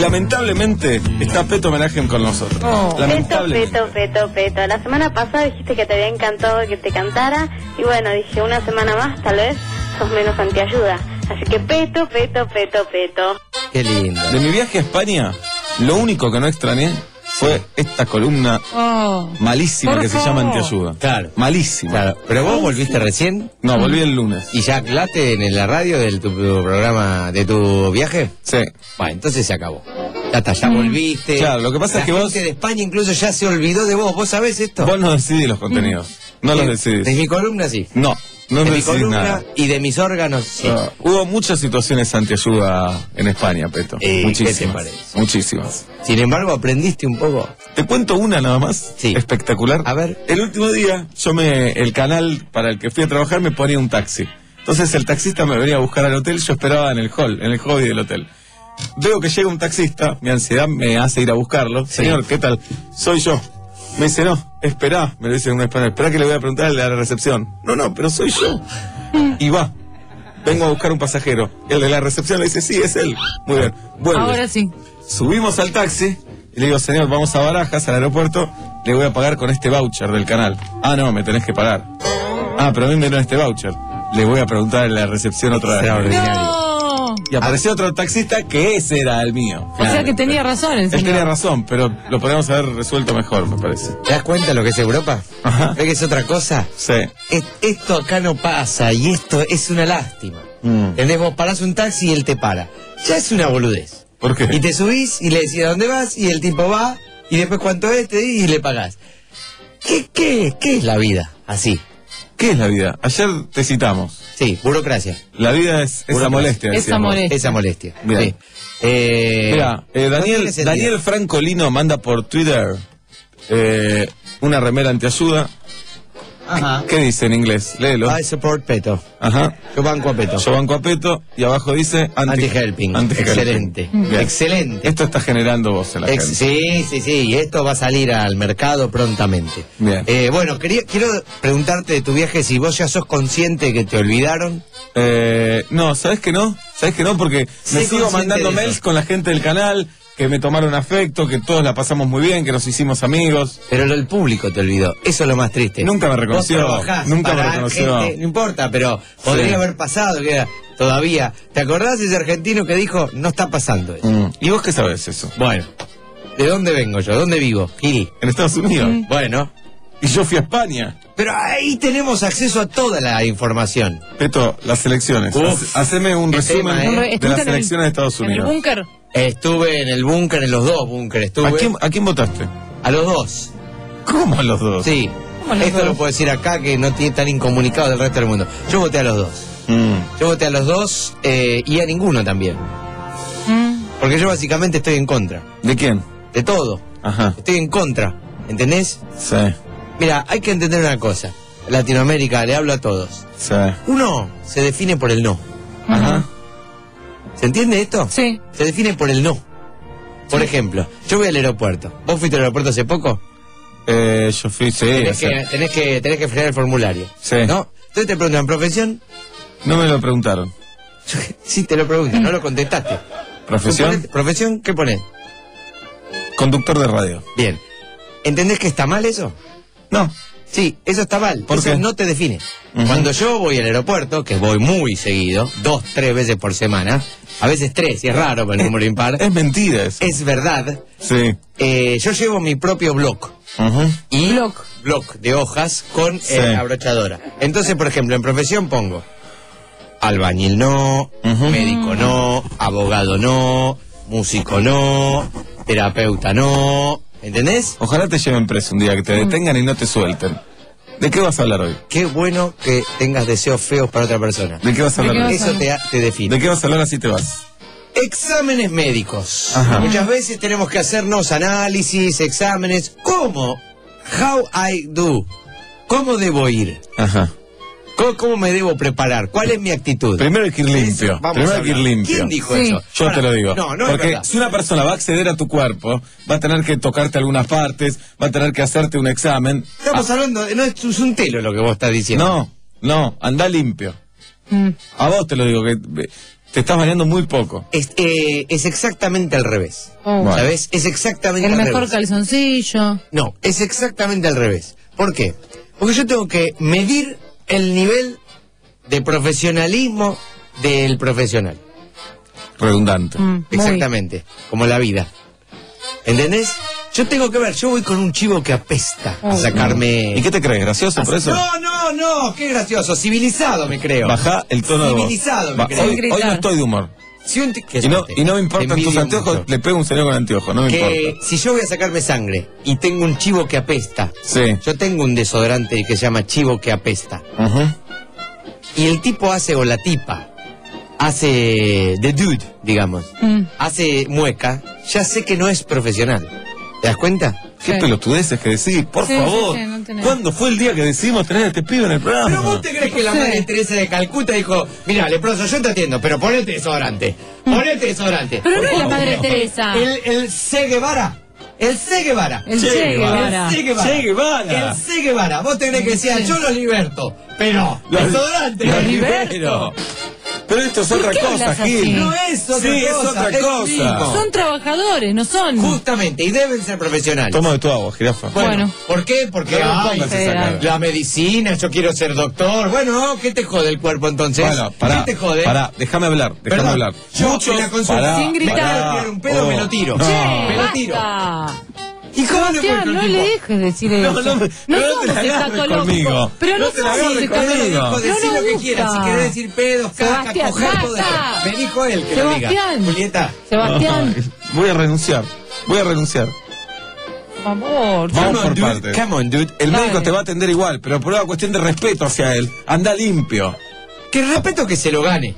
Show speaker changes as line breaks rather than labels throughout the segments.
Lamentablemente está Peto Menajem con nosotros.
Peto,
Lamentablemente.
peto, peto, peto. La semana pasada dijiste que te había encantado que te cantara y bueno, dije una semana más tal vez sos menos antiayuda. Así que peto, peto, peto, peto.
Qué lindo.
De mi viaje a España, lo único que no extrañé fue esta columna
Oh.
malísima
Por
que se llama
favor.
Antiayuda.
Claro.
Malísima.
Claro, pero vos volviste recién
No, volví el lunes.
y ya aclate en la radio de tu programa, de tu viaje.
Sí.
Bueno, entonces se acabó. Ya está, ya volviste.
Claro, lo que pasa
La
es que vos-
gente de España incluso ya se olvidó de vos. ¿Vos sabés esto?
Vos no decidís los contenidos. No los decidís.
De mi columna sí.
No, no
de mi
decidís
columna
nada.
y de mis órganos sí.
Ah, hubo muchas situaciones antiayuda en España, Peto.
Eh,
muchísimas.
¿qué te parece?
Muchísimas.
Sin embargo, aprendiste un poco.
Te cuento una nada más.
Sí.
Espectacular.
A ver.
El último día, yo me, el canal para el que fui a trabajar me ponía un taxi. Entonces el taxista me venía a buscar al hotel, yo esperaba en el hall, en el hobby del hotel. Veo que llega un taxista, mi ansiedad me hace ir a buscarlo. Señor, ¿qué tal? Soy yo. Me dice, no, esperá, me lo dice en un español, esperá que le voy a preguntar a la recepción. No, no, pero soy yo. Y va. Vengo a buscar un pasajero. El de la recepción le dice, sí, es él. Muy bien. Vuelve.
Ahora sí.
Subimos al taxi y le digo, señor, vamos a Barajas, al aeropuerto, le voy a pagar con este voucher del canal. Ah, no, me tenés que pagar. Ah, pero a mí me dieron este voucher. Le voy a preguntar en la recepción otra vez.
Extraordinario.
No.
Y apareció otro taxista que ese era el mío.
O sea que tenía razón el
Él tenía
señor.
razón, pero lo podríamos haber resuelto mejor, me parece.
¿Te das cuenta lo que es Europa?
Ajá.
¿Ves que es otra cosa?
Sí.
Es- esto acá no pasa y esto es una lástima.
Mm.
¿Entendés? Vos parás un taxi y él te para. Ya es una boludez.
¿Por qué?
Y te subís y le decís a dónde vas y el tipo va y después cuánto es te di y le pagás. ¿Qué, qué, ¿Qué es la vida? Así.
¿Qué es la vida? Ayer te citamos.
Sí, burocracia.
La vida es esa
Burocracia.
molestia.
Esa
decíamos.
molestia.
Esa molestia.
Bien.
Sí. Eh,
Mira,
no
Daniel,
tiene sentido.
Daniel Francolino manda por Twitter eh, una remera antiayuda.
Ajá. Ah,
¿Qué dice en inglés? Léelo.
I support Peto.
Ajá.
Yo banco a Peto.
Yo banco a Peto y abajo dice anti-
Anti-helping.
anti-helping.
Excelente.
Bien.
Excelente.
Esto está generando voz en la gente.
Ex- sí, sí, sí, y esto va a salir al mercado prontamente.
Bien.
Eh, bueno, quería, quiero preguntarte de tu viaje si vos ya sos consciente que te olvidaron.
Eh, no, ¿sabes que no? ¿Sabes que no? Porque me
Sé
sigo
consciente
mandando
de eso.
mails con la gente del canal, que me tomaron afecto, que todos la pasamos muy bien, que nos hicimos amigos.
Pero lo- el público te olvidó. Eso es lo más triste.
Nunca me reconoció,
Vos trabajás
nunca me
para
reconoció.
gente, no importa, pero podría
Sí.
haber pasado que era- todavía. ¿Te acordás ese argentino que dijo, no está pasando eso?
Mm. ¿Y vos qué sabes eso?
Bueno, ¿de dónde vengo yo? ¿Dónde vivo? Gil.
En Estados Unidos.
Mm. Bueno,
Y yo fui a España.
pero ahí tenemos acceso a toda la información.
Peto, las elecciones.
Uf.
Hac- Haceme un
Qué
resumen
tema, ¿eh?
No,
de
estuviste
las
en el-
elecciones de Estados
En el
Unidos.
búnker.
Estuve en el búnker, en los dos búnkeres. Estuve
¿A quién, ¿A quién votaste?
a los dos.
¿Cómo a los dos?
Sí.
¿Cómo los
Esto
dos?
lo puedo decir acá que no tiene tan incomunicado del resto del mundo. Yo voté a los dos.
Mm.
Yo voté a los dos eh, y a ninguno también.
Mm.
Porque yo básicamente estoy en contra.
¿De quién?
De todo.
Ajá.
Estoy en contra. ¿Entendés?
Sí,
Mira, hay que entender una cosa. Latinoamérica, le hablo a todos.
sí.
Uno se define por el no.
Ajá.
¿Se entiende esto?
Mm, Sí.
Se define por el no. Por ejemplo, yo voy al aeropuerto. ¿Vos fuiste al aeropuerto hace poco?
Eh, yo fui, sí.
tenés,
hace-
que, tenés, que, tenés que frenar el formulario.
Sí.
¿No? Entonces te preguntan, ¿profesión?
No me lo preguntaron.
Sí, te lo preguntan, no lo contestaste.
¿Profesión?
Suponete- ¿Profesión? ¿Qué pones?
Conductor de radio.
Bien. ¿Entendés que está mal eso?
No.
Sí, eso está mal.
¿Por
eso
qué?
no te define.
Ujú.
Cuando yo voy al aeropuerto, que voy muy seguido, dos, tres veces por semana, a veces tres, y es raro para el número impar,
Es mentira eso.
es verdad,
Sí.
eh, yo llevo mi propio blog.
Ujú.
Y
Blog.
bloc de hojas con eh,
Sí.
abrochadora. Entonces, por ejemplo, en profesión pongo albañil no,
Ujú.
médico no, abogado no, músico no, terapeuta no. ¿Entendés?
Ojalá te lleven preso un día, que te detengan y no te suelten. ¿De qué vas a hablar hoy?
Qué bueno que tengas deseos feos para otra persona.
¿De qué vas a
¿De
hablar
qué
hoy?
Eso te, te define.
¿De qué vas a hablar así te vas?
Exámenes médicos.
Ajá.
Muchas veces tenemos que hacernos análisis, exámenes. ¿Cómo? How I do. ¿Cómo debo ir?
Ajá.
¿Cómo, cómo me debo preparar? ¿Cuál es mi actitud?
Primero hay que ir limpio.
Vamos
Primero
a
hay que ir
hablar.
limpio.
¿Quién dijo
Sí.
eso?
Yo
Ahora,
te lo digo.
No, no es
Porque
verdad.
si una persona va a acceder a tu cuerpo, va a tener que tocarte algunas partes, va a tener que hacerte un examen.
Estamos hablando, de, no es, es un telo lo que vos estás diciendo.
No, no, anda limpio.
Mm.
A vos te lo digo que eh, Te estás bañando muy poco.
Es, eh, es exactamente al revés.
Oh.
Bueno.
¿Sabes? Es exactamente
El
al
mejor
revés.
calzoncillo.
No, es exactamente al revés. ¿Por qué? Porque yo tengo que medir el nivel de profesionalismo del profesional.
Redundante.
Mm, muy.
Exactamente, como la vida. ¿Entendés? Yo tengo que ver, yo voy con un chivo que apesta a
Ay.
sacarme...
¿Y qué te crees? ¿Gracioso por eso?
Ah, No, no, no, qué gracioso, civilizado me creo.
Bajá el tono de voz.
Civilizado, me
Ba-
creo.
hoy,
Sin
hoy no
gritar.
estoy de humor.
Si un ti- que
Y no,
suerte.
y no me importan
Envidio
tus anteojos,
mucho.
le pego un cerebro con anteojos, no me
Que
importa.
si yo voy a sacarme sangre y tengo un chivo que apesta,
Sí.
yo tengo un desodorante que se llama chivo que apesta,
Ujú.
y el tipo hace, o la tipa, hace the dude, digamos,
Mm.
hace mueca, ya sé que no es profesional. ¿Te das cuenta?
Qué
Sí.
pelotudeces que decís, por
Sí, sí,
favor.
sí, no tenés.
¿Cuándo fue el día que decidimos tener a este pibe en el programa?
Pero vos te crees que la
Sí.
madre Teresa de Calcuta dijo, mira, leproso, yo te atiendo, pero ponete desodorante, ponete desodorante.
Pero no es la
Ponete
Madre Teresa.
El, el C. Guevara. El C. Guevara.
El Che Guevara.
El C. Guevara.
Che Guevara.
El C. Guevara. Vos tenés que decir, "Ah, yo lo liberto, pero
Los-
desodorante.
los
Liberto.
libero. Pero esto es
¿Por
otra
qué
cosa,
hablas
Gil.
así?
No es otra
Sí, es
cosa,
otra
es
cosa.
mismo.
Son trabajadores, no son.
Justamente, y deben ser profesionales.
Toma de tu agua, jirafa.
Bueno,
Bueno.
¿por qué? Porque
No me
ay,
pongas
esa cara.
la medicina, yo quiero ser doctor. Bueno, ¿qué te jode el cuerpo entonces?
Bueno, pará,
¿Qué te jode?
pará, déjame hablar, déjame
Perdón,
hablar.
yo en la consulta,
sin
me
gritar.
quiero tirar un pedo, me lo tiro.
Oh, No.
Che,
Me lo tiro.
basta.
¿Y cómo le fue
Sebastián,
con
no
el
le
tipo?
dejes decir
No,
eso.
no me- no te la
somos
agarres
escatológicos.
conmigo.
Pero no,
No te la
somos
agarres
Cada uno
conmigo.
escatológicos.
dijo,
No
decí
nos
lo que
gusta.
quieras, si querés decir pedos, caca,
Sebastián,
coger, todo eso.
basta.
Me dijo él que lo diga.
Sebastián.
Julieta.
Sebastián,
Ay, voy a renunciar, voy a renunciar.
por
Vamos
favor.
Come on,
por
dude,
partes.
Come on, dude.
El
Dale.
médico te va a atender igual, pero por una cuestión de respeto hacia él, anda limpio.
Que respeto que se lo gane.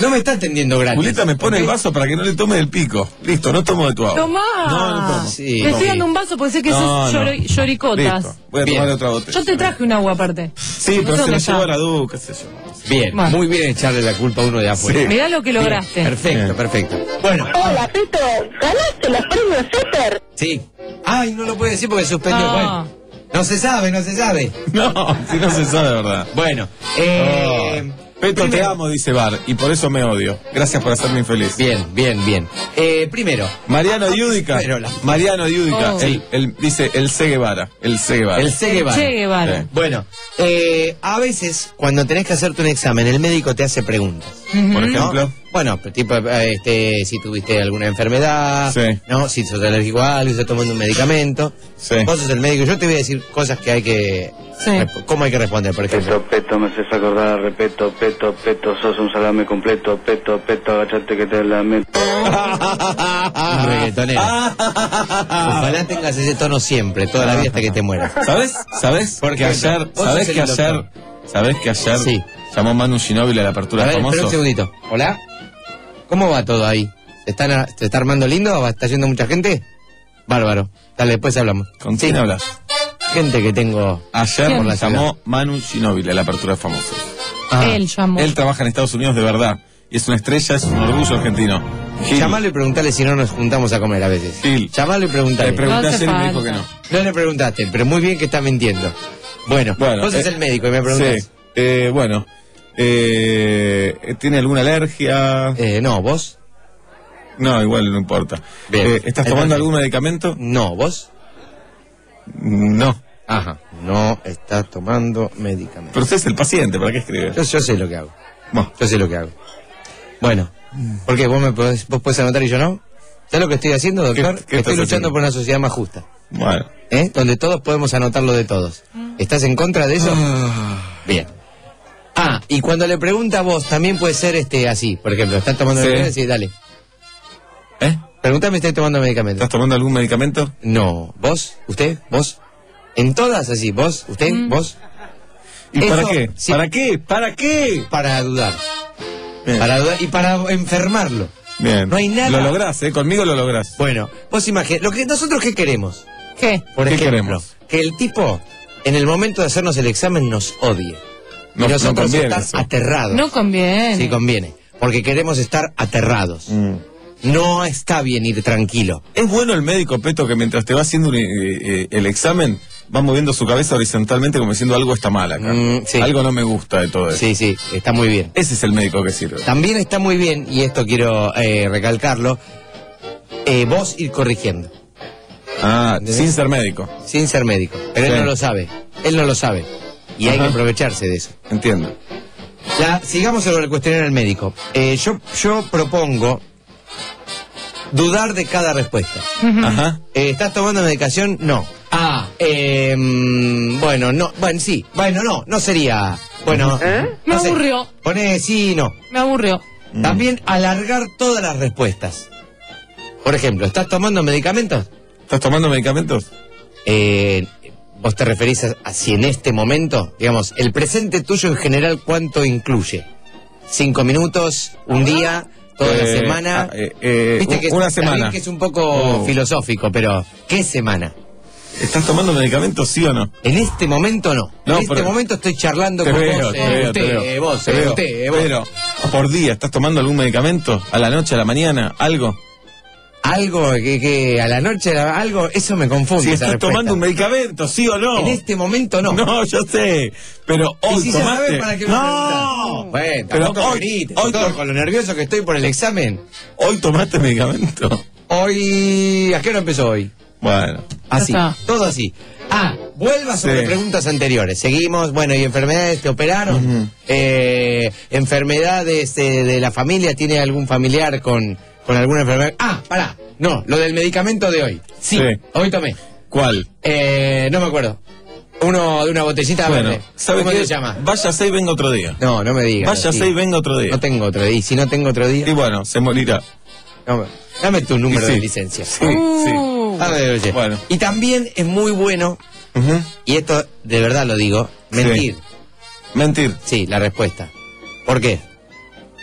No me está atendiendo gratis.
Julieta me pone el
¿ok?
vaso para que no le tome del pico. Listo, no tomo de tu agua.
Tomá.
No, no tomo.
Sí,
Te
no.
estoy dando un vaso porque sé que
No,
sos
no.
llori- lloricotas.
Listo, voy a
Bien.
tomar otra botella.
Yo te traje un agua aparte.
Sí, pero
No sé
se lo
dónde
llevó
está.
a la Du, qué sé yo.
Bien,
Bueno.
muy bien echarle la culpa a uno de afuera.
Sí.
Mirá lo que
Bien,
lograste.
Perfecto,
Bien.
perfecto. Bueno,
Hola, Peto. ¿Ganaste los premios Super?
sí. Ay, no lo puede decir porque suspendió.
Ah.
Bueno, no se sabe, no se sabe.
No, si no se sabe, ¿verdad?
Bueno, eh,
Peto, te
primero-
amo, dice Bar, y por eso me odio. Gracias por hacerme infeliz.
Bien, bien, bien. Eh, primero,
Mariano
Ah,
Yudica.
pero la-
Mariano Yudica.
Oh.
el- el- dice el C. Guevara. El C. Guevara.
el C. Guevara.
Che Guevara.
Sí.
Bueno, eh, a veces cuando tenés que hacerte un examen, el médico te hace preguntas.
Ujú.
Por ejemplo.
¿no? Bueno, pero tipo, eh, este, si tuviste alguna enfermedad,
Sí.
¿no? Si sos alérgico a algo, si estás tomando un medicamento.
Sí.
Vos sos el médico, yo te voy a decir cosas que hay que...
Sí.
resp- ¿Cómo hay que responder, por ejemplo?
Peto, peto, me haces acordar, repeto, peto, peto, sos un salame completo, peto, peto, agachate que te la meto.
Un reggaetonero. Ojalá tengas ese tono siempre, toda la vida hasta que te mueras.
¿Sabes? ¿Sabes?
Por
Porque
ejemplo,
ayer.
vos
¿Sabes
sos
que
el
ayer?
doctor.
¿Sabes que ayer?
Sí.
Llamó Manu Ginóbili a la
A
apertura
ver,
de
espera un
famosos.
segundito. ¿Hola? ¿Cómo va todo ahí? ¿Se, están a- se está armando lindo? ¿Está yendo mucha gente? Bárbaro. Dale, después hablamos.
¿Con quién hablas?
Gente que tengo...
Ayer
¿Quién?
por la
Ciudad.
llamó Manu Ginóbili a la apertura de famosos.
Ah.
Él llamó.
Él trabaja en Estados Unidos de verdad. Y es una estrella, es un orgullo argentino. Gil,
Llamalo y preguntale si no nos juntamos a comer a veces.
Gil.
Llamalo y
le
preguntale.
pregunté
No hace
ayer y me dijo que
falta.
no.
no le preguntaste, pero muy bien que está mintiendo. Bueno,
Bueno,
vos sos
eh,
el médico y me preguntás.
Sí. Eh, bueno. Eh, ¿Tiene alguna alergia?
Eh, no, vos.
No, igual no importa.
Bien.
Eh, ¿Estás tomando algún medicamento?
No, vos.
No.
Ajá. No está tomando medicamentos.
Pero usted es el paciente, ¿para qué escribe?
Yo, yo sé lo que hago.
Bueno,
Yo sé lo que hago. Bueno, porque vos me podés, vos podés anotar y yo no. ¿Sabes lo que estoy haciendo, doctor?
¿Qué- qué
estoy
estás
luchando
haciendo?
por una sociedad más justa.
bueno.
¿eh? Donde todos podemos anotar lo de todos. ¿Estás en contra de
Mm.
eso? Bien. Ah, y cuando le pregunta a vos, también puede ser este así. Por ejemplo, ¿estás tomando
Sí.
medicamentos? Sí, dale.
¿Eh?
Pregúntame si estoy tomando medicamentos.
¿Estás tomando algún medicamento?
No. ¿Vos? ¿Usted? ¿Vos? En todas así. ¿Vos? ¿Usted? ¿Vos?
Mm. ¿Y
Eso,
para qué?
sí.
¿Para qué? ¿Para qué?
Para dudar.
Bien.
Para dudar y para enfermarlo.
Bien.
No hay nada.
Lo lográs, ¿eh? Conmigo lo lográs.
Bueno, vos imaginás, lo que nosotros qué queremos,
¿Qué?
por
¿Qué
ejemplo,
queremos?
que el tipo en el momento de hacernos el examen nos odie.
No-
y
no
nosotros
conviene
estar
eso.
aterrados.
No conviene.
Sí conviene, porque queremos estar aterrados.
Mm.
No está bien ir tranquilo.
¿Es bueno el médico, Peto, que mientras te va haciendo un, eh, eh, el examen va moviendo su cabeza horizontalmente como diciendo algo está mal acá.
Mm, sí.
Algo no me gusta de todo eso.
Sí, sí, está muy bien.
Ese es el médico que sirve.
También está muy bien, y esto quiero eh, recalcarlo, eh, vos ir corrigiendo,
Ah, sin ser médico.
sin ser médico. Pero
Sí.
él no lo sabe, él no lo sabe. Y hay que
Ajá.
aprovecharse de eso.
Entiendo.
Ya, sigamos sobre el cuestionario del médico. Eh, yo, yo propongo dudar de cada respuesta.
Ajá.
Eh, ¿Estás tomando medicación? No. Ah, eh, mm, bueno, no, bueno, sí, bueno, no, no sería. Bueno, no
Me
sé.
aburrió.
Poné sí y no.
Me aburrió.
Mm. También alargar todas las respuestas. Por ejemplo, ¿estás tomando medicamentos?
¿Estás tomando medicamentos?
Eh, ¿Vos te referís a, a si en este momento, digamos, el presente tuyo en general, cuánto incluye? ¿Cinco minutos? ¿Un día? ¿Toda la
Eh,
semana?
ah, eh, eh, un-
es-
una
está bien
semana.
que es un poco
Oh.
filosófico, pero ¿qué semana?
¿Estás tomando medicamentos sí o no?
En este momento no.
No,
en este
pero-
momento estoy charlando con vos, eh, usted, eh, vos,
te
eh,
veo.
usted, eh, vos.
Pero, por día, ¿estás tomando algún medicamento? ¿A la noche, a la mañana? ¿Algo?
Algo que, que a la noche, la- algo, eso me confunde.
Si
esa
estás
respuesta.
tomando un medicamento, sí o no.
En este momento no.
No, yo sé. Pero
Y
hoy
si se
tomaste.
sabe, ¿para qué me
no.
preguntás? Bueno,
Pero
tampoco
hoy-
grites,
hoy
todo
to-
con lo nervioso que estoy por el examen.
Hoy tomaste medicamento.
Hoy... ¿A qué hora empezó hoy?
Bueno.
Así,
Ya está.
todo así. Ah, vuelva sobre
Sí.
preguntas anteriores. Seguimos, bueno, ¿y enfermedades te operaron? Eh, ¿Enfermedades eh, de la familia? ¿Tiene algún familiar con, con alguna enfermedad? Ah, pará, no, lo del medicamento de hoy. Sí,
Sí.
hoy tomé.
¿Cuál?
Eh, no me acuerdo. Uno de una botellita
Bueno,
verde.
¿sabe
¿Cómo
qué?
se llama?
Váyase y venga otro día.
No, no me digas.
Váyase
sí.
y venga otro día.
No tengo otro día. Y si no tengo otro día,
Y bueno, se morirá.
no me- dame tu número
Y sí.
de licencia.
Sí, sí.
Uh.
Dame, oye.
Bueno.
Y también es muy bueno
Ujú.
y esto de verdad lo digo, mentir.
Mentir.
Sí, la respuesta. ¿Por qué?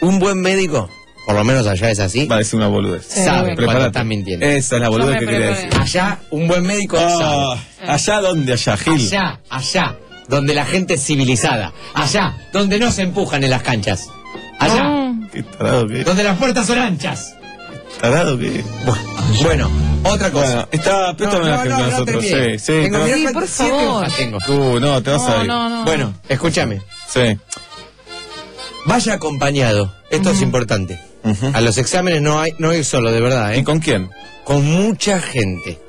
Un buen médico, por lo menos allá es así,
Va a decir una boludez.
Sí.
sabe
bueno.
cuando
Prepárate.
están mintiendo.
Esa es la
Yo
boludez
me
que quería
preparé.
decir.
Allá, un buen médico
Ah, ¿Allá dónde? Allá,
sabe.
Gil.
Allá, allá, donde la gente es civilizada. Allá, donde no se empujan en las canchas. Allá,
Qué tarado que
donde las puertas son anchas.
tarado que
Bueno, otra cosa.
Bueno, está Peto
no,
Menaje
no,
con
no
nosotros.
terminé.
sí, sí. te
Tengo-
vas-
mirá
Sí,
cuántas-
por
siete
favor.
hojas tengo.
Uh, no, te vas a
No,
ir.
no, no.
Bueno, escúchame.
Sí.
Vaya acompañado. Esto es importante.
Ujú.
A los exámenes no hay no ir solo, de verdad,
¿Y
¿eh? Con,
con quién?
mucha gente.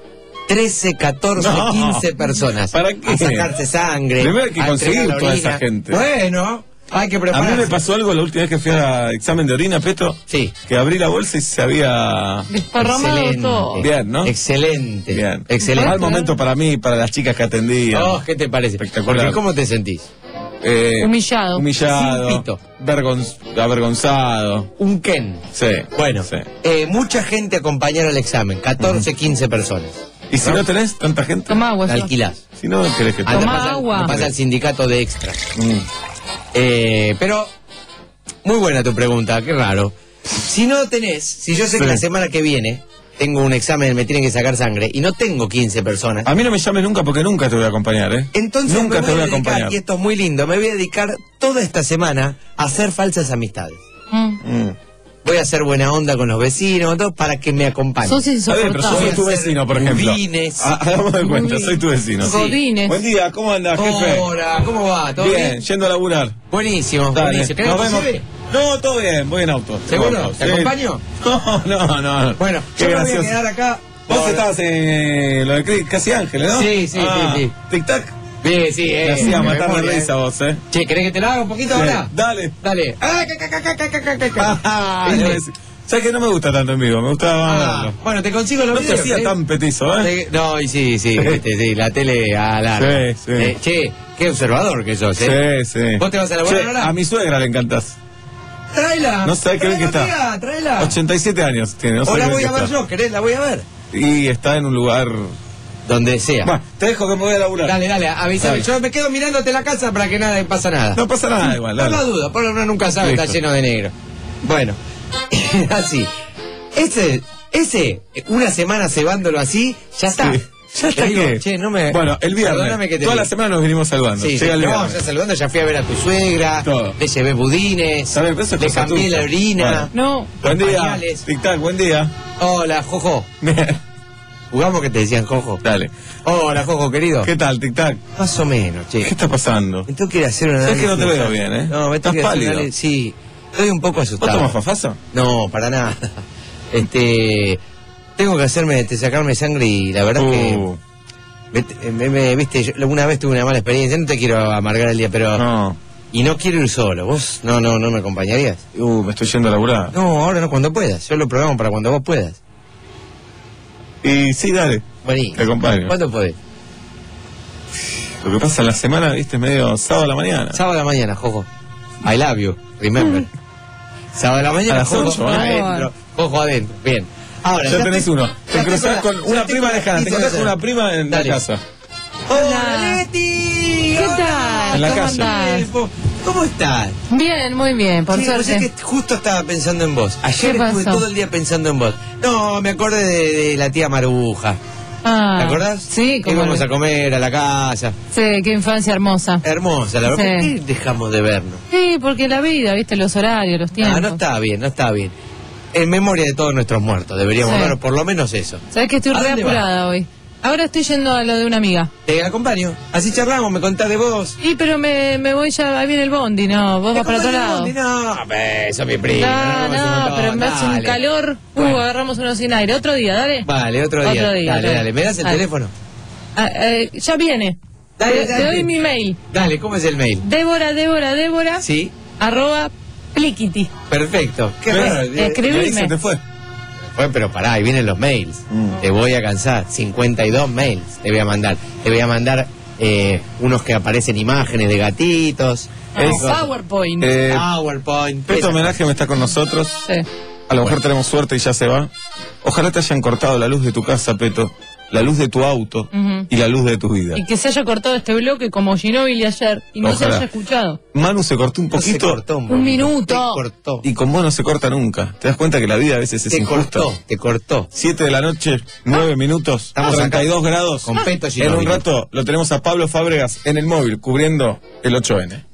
13, 14,
No.
15 personas.
¿Para qué?
A sacarse sangre.
Primero hay que
a
conseguir
entregar la
toda esa
orina.
gente.
Bueno, hay que
A
prepararse.
mí me pasó algo la última vez que fui a examen de orina, Peto.
Sí.
Que abrí la bolsa y se había.
Desparramado todo.
Bien, ¿no?
Excelente.
Bien.
Excelente.
Mal momento para mí y para las chicas que atendían.
Oh, ¿qué te parece?
Espectacular.
Porque ¿cómo te sentís?
Eh,
Humillado.
Sin
Humillado.
pito.
vergonz- avergonzado.
Un Ken.
Sí.
Bueno,
Sí.
eh, mucha gente acompañaron el examen. 14, 15 personas.
¿Y si no tenés tanta gente?
Toma agua.
La
yo.
alquilás.
Si no, querés que te.
Anda,
Tomá
pasa-
agua.
pasa al sindicato de extras.
Mm.
Eh, pero, muy buena tu pregunta, qué raro. Si no tenés, si yo sé que
Sí.
la semana que viene tengo un examen, me tienen que sacar sangre y no tengo 15 personas,
A mí no me llames nunca porque nunca te voy a acompañar, ¿eh?
entonces
Ah, nunca
me
te
voy
voy a
dedicar,
acompañar.
y esto es muy lindo, me voy a dedicar toda esta semana a hacer falsas amistades.
Mm.
Mm.
Voy a hacer buena onda con los vecinos, todo, para que me acompañen.
Sos
Está bien, pero yo soy
insoportable.
tu
Voy a hacer
vecino, por ejemplo.
budines.
Ah, Hagamos de cuenta, soy tu vecino.
Sí.
Godines.
Buen día, ¿cómo andas, Ah, jefe?
Hola, ¿cómo va? ¿Todo
bien,
bien?
yendo a laburar.
Buenísimo,
Dale,
buenísimo. ¿Querés
nos
que
vemos.
lleve?
No, todo bien, voy en auto.
¿Seguro?
Voy en auto,
¿Te acompaño?
No, no, no.
Bueno,
qué
yo me voy a
gracioso.
quedar acá.
Vos
por-
estabas en eh, lo de Cri- Casi Ángeles, ¿no?
Sí, sí,
Ah,
sí, sí.
Tic-tac.
Sí, sí,
Te
eh.
hacía matar de
memoria, eh.
risa vos, ¿eh?
Che, ¿querés que te la haga un poquito
Sí,
ahora?
Dale.
Dale. Ah, ca, ca, ca, ca, ca, ca, ca, ca.
Ah,
Dale.
¿Sabes que no me gusta tanto en vivo? Me gustaba más
Ah,
verlo.
bueno, te consigo los
No te
videos,
hacía
¿eh?
tan petizo, ¿eh?
Te- No, y sí, sí,
Sí.
viste, sí, la tele a la...
Sí, sí.
Eh, che, qué observador que sos, ¿eh?
Sí, sí.
¿Vos te vas a la buena
Che,
hora?
A mi suegra le encantás.
Tráela.
No sé qué bien que
Tráela,
está.
tía, Tráela.
87 años tiene, no sé
o la
qué
Ah. voy
bien
a
que
ver
está.
yo, ¿querés? La voy a ver.
Y está en un lugar.
Donde sea.
Bueno, te dejo que me voy a laburar.
Dale, dale, avísame.
Dale.
Yo me quedo mirándote la casa para que nada pasa nada.
No pasa nada igual,
No
dale.
la duda, por uno nunca sabe,
Listo.
está lleno de negro. Bueno, así. Ese, ese, una semana cebándolo así, ya está.
Sí. Ya está
Te digo,
que.
Che, no me.
Bueno, el viernes.
Perdóname que te
Toda
diga.
la semana nos vinimos salvando.
Sí, sí,
Llega el
no,
viernes.
ya saludando, ya fui a ver a tu suegra,
Todo.
le llevé budines,
A ver, pero eso es
le
cosa
cambié
tuya.
la orina.
No.
Buen día.
pañales.
Tic Tac, buen día.
Hola, Jojo. Jugamos que te decían Jojo.
Dale.
Hola, Jojo, querido.
¿Qué tal, Tic Tac?
Más o menos,
¿Qué
che.
está pasando?
Me tengo que ir a hacer una
Sabes que no te veo bien, ¿eh?
No, me
Estás
tengo que ir a hacer un
pálido.
análisis- Sí, estoy un poco
¿Vos
asustado.
tomás fafasa?
No, para nada. Este, tengo que hacerme, este, sacarme sangre y la verdad que,
Uh,
vete- me- me- viste, yo una vez tuve una mala experiencia, no te quiero amargar el día, pero
no.
y no quiero ir solo. Vos, no, no, no me acompañarías.
Uh, me estoy yendo a laburar.
No, ahora no, cuando puedas. Yo lo programo para cuando vos puedas.
Y sí, dale.
Vení.
Te acompaño.
¿Cuándo podés?
Lo que pasa en la semana, viste, es medio sábado a la mañana.
Sábado a la mañana, Jojo. I love you, remember. Sábado a la mañana,
A las
Jojo
ocho, ¿eh?
adentro. Jojo adentro, bien. Ahora,
Ya
te-
tenés uno. Te
ya
cruzás
estoy
con una
ya estoy
prima
con la
lejana. Te
actitud
cruzás
de
con una
hacer.
prima en la
Dale.
casa.
¡Hola, Leti!
¿Qué
Hola,
tal?
En la
¿Cómo
calle.
andás?
Elfo. ¿Cómo estás?
Bien, muy bien, por
Sí, vos
suerte.
sabés que justo estaba pensando en vos. Ayer
¿Qué
estuve
pasó?
todo el día pensando en vos. No, me acordé de, de la tía Maruja. ¿Te
Ah,
acordás?
Sí,
Que
como
íbamos
lo-
a comer a la casa.
Sí, qué infancia hermosa.
Eh.
Hermosa, la
Sí.
verdad. ¿Por qué dejamos de vernos?
Sí, porque la vida, viste, los horarios, los tiempos.
No, no está bien, no está bien. En memoria de todos nuestros muertos, deberíamos
Sí.
ver por lo menos eso.
Sabés que estoy
¿A
re
dónde vas?
apurada hoy. Ahora estoy yendo a lo de una amiga.
Te acompaño. Así charlamos, me contás de vos.
Sí, pero me, me voy ya, ahí viene el bondi, no, vos vas para otro lado.
Te acompaño, No, ve, sos mi prima.
No, no, pero me hace un calor. Uh,
Bueno.
agarramos uno sin aire. Otro día, dale.
Vale, otro día.
Otro día,
dale,
otro
dale.
día.
¿Me das el
Dale.
teléfono?
Ah, eh, ya viene.
Dale,
te, te
dale.
doy mi mail.
Dale, ¿cómo es el mail?
Débora, Débora, Débora.
Sí,
Arroba pliquiti.
perfecto. Qué
¿Ves?
raro.
Eh, escribí.
Y ahí se
Escribime.
te fue.
Bueno, pero pará, ahí vienen los mails.
Mm.
Te voy a cansar. 52 mails te voy a mandar. Te voy a mandar eh, unos que aparecen imágenes de gatitos.
No,
Ah, Eso.
PowerPoint.
Eh,
Ah, PowerPoint.
Peto Homenaje no está con nosotros.
Sí.
A lo mejor tenemos suerte y ya se va. Ojalá te hayan cortado la luz de tu casa, Peto. La luz de tu auto
Ujú.
y la luz de tu vida.
Y que se haya cortado este bloque como Ginóbili ayer y no se
Ojalá.
haya escuchado.
Manu se cortó un
No se
poquito
cortó
Un
poquito.
minuto.
Te cortó.
y con vos no se corta nunca. ¿Te das cuenta que la vida a veces es
te
injusta?
cortó. Te cortó.
7 de la noche, 9 minutos,
Estamos
32 grados.
Con Peto
en un
Ginóbili.
rato lo tenemos a Pablo Fábregas en el móvil cubriendo el 8N.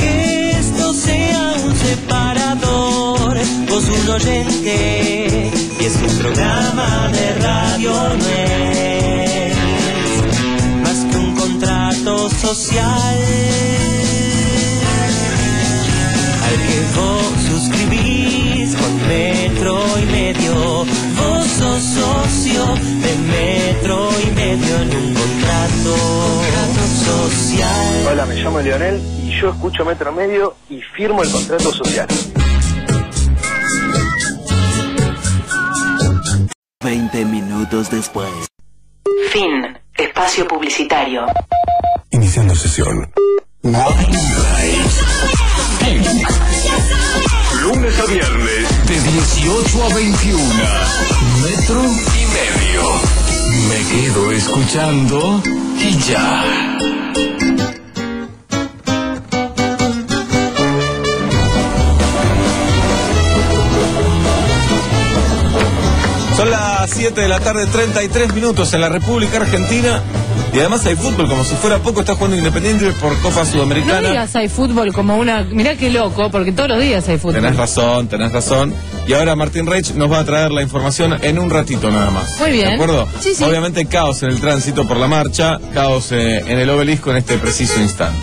que esto sea un separador vos un oyente y es un programa de radio no es más que un contrato social al que vos suscribís con metro y medio vos sos socio de metro y medio en un contrato social
Hola, me llamo Leonel y yo escucho Metro Medio y firmo el contrato social.
20 minutos después.
Fin. Espacio publicitario.
Iniciando sesión. Lunes a viernes, de 18 a 21. Metro y medio. Me quedo escuchando y ya.
Son las 7 de la tarde, 33 minutos en la República Argentina. Y además hay fútbol, como si fuera poco, está jugando Independiente por Copa
No
Sudamericana.
digas hay fútbol como una. Mirá qué loco, porque todos los días hay fútbol.
Tenés razón, tenés razón. Y ahora Martín Reich nos va a traer la información en un ratito nada más.
Muy bien.
¿De acuerdo?
Sí, sí.
Obviamente caos en el tránsito por la marcha, caos eh, en el obelisco en este preciso instante.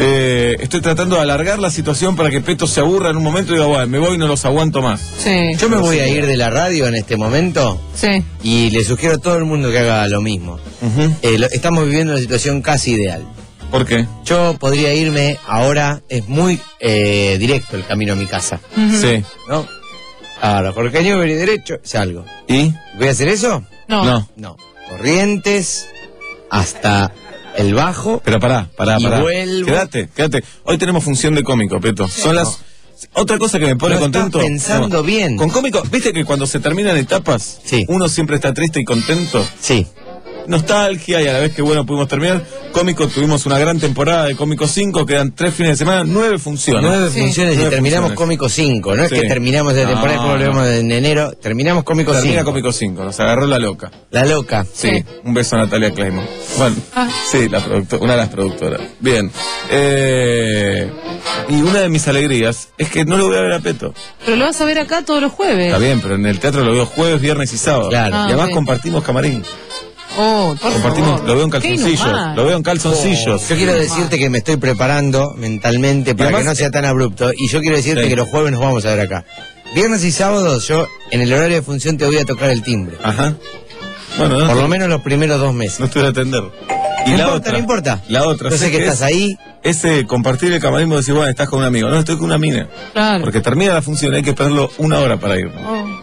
Eh, estoy tratando de alargar la situación para que Peto se aburra en un momento y diga, bueno, me voy y no los aguanto más.
Sí.
Yo me voy a ir de la radio en este momento
Sí.
y le sugiero a todo el mundo que haga lo mismo.
Ujú.
Eh, lo- estamos viviendo una situación casi ideal.
¿Por qué?
Yo podría irme ahora, es muy eh, directo el camino a mi casa,
Sí.
¿no? Ahora, por caño veré derecho, salgo.
¿Y?
¿Voy a hacer eso?
No.
No.
No. Corrientes hasta el bajo.
Pero pará, pará,
Y
pará.
vuelvo.
Quédate, quédate. Hoy tenemos función de cómico, Peto. Son las. Otra cosa que me pone
No estás
contento.
pensando
No.
bien.
Con cómico, viste que cuando se terminan etapas,
Sí.
uno siempre está triste y contento.
Sí.
nostalgia y a la vez que bueno pudimos terminar. Cómico, tuvimos una gran temporada de Cómico 5, quedan tres fines de semana, nueve funciones.
Nueve funciones y
Nueve
terminamos
funciones.
Cómico 5. No
Sí.
es que terminamos de temporada y
No,
después volvemos en enero. Terminamos Cómico
Termina
5.
Cómico 5, nos agarró la loca.
La loca.
Sí, un beso a Natalia Kleiman. Bueno,
Ah.
sí, la producto- una de las productoras. Bien. Eh, y una de mis alegrías es que no lo voy a ver a Peto.
Pero lo vas a ver acá todos los
Está
jueves.
bien, pero en el teatro lo veo jueves, viernes y sábado.
Claro.
y además
Ah, ok.
compartimos camarín.
Oh, por
Compartimos,
favor.
lo veo en
Qué
calzoncillos.
inhumano.
Lo veo en calzoncillos.
Yo Oh, quiero decirte que me estoy preparando mentalmente para
además-
que no sea tan abrupto. Y yo quiero decirte
Sí.
que los jueves nos vamos a ver acá. Viernes y sábados yo en el horario de función te voy a tocar el timbre.
Ajá. Bueno, no,
Por lo menos los primeros dos meses.
no estuve a atender. Y
no
la
importa,
otra.
no importa.
La otra.
Yo sé que,
es
estás ahí.
Ese compartir el camarín, vos decís, bueno, estás con un amigo. No, estoy con una mina.
Claro.
Porque termina la función, hay que esperarlo una hora para irnos.
Oh.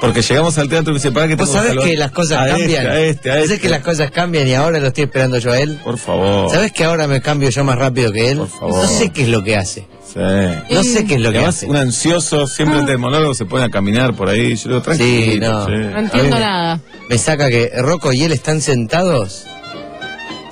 Porque llegamos al teatro y me dice, para que
Vos
tengo
sabés
salvar-
que las cosas
a
cambian.
Este, a este, a
¿Sabés
este.
que las cosas cambian y ahora lo estoy esperando yo a él?
Por favor.
¿Sabés que ahora me cambio yo más rápido que él?
Oh. Por favor.
No sé qué es lo que hace.
Sí.
Eh.
No sé qué es lo
Y
que
además,
hace.
un ansioso, siempre antes del monólogo se pone a caminar por ahí. Yo le digo, tranquilo.
Sí, no.
Ah. No entiendo nada.
Me saca que Rocco y él están sentados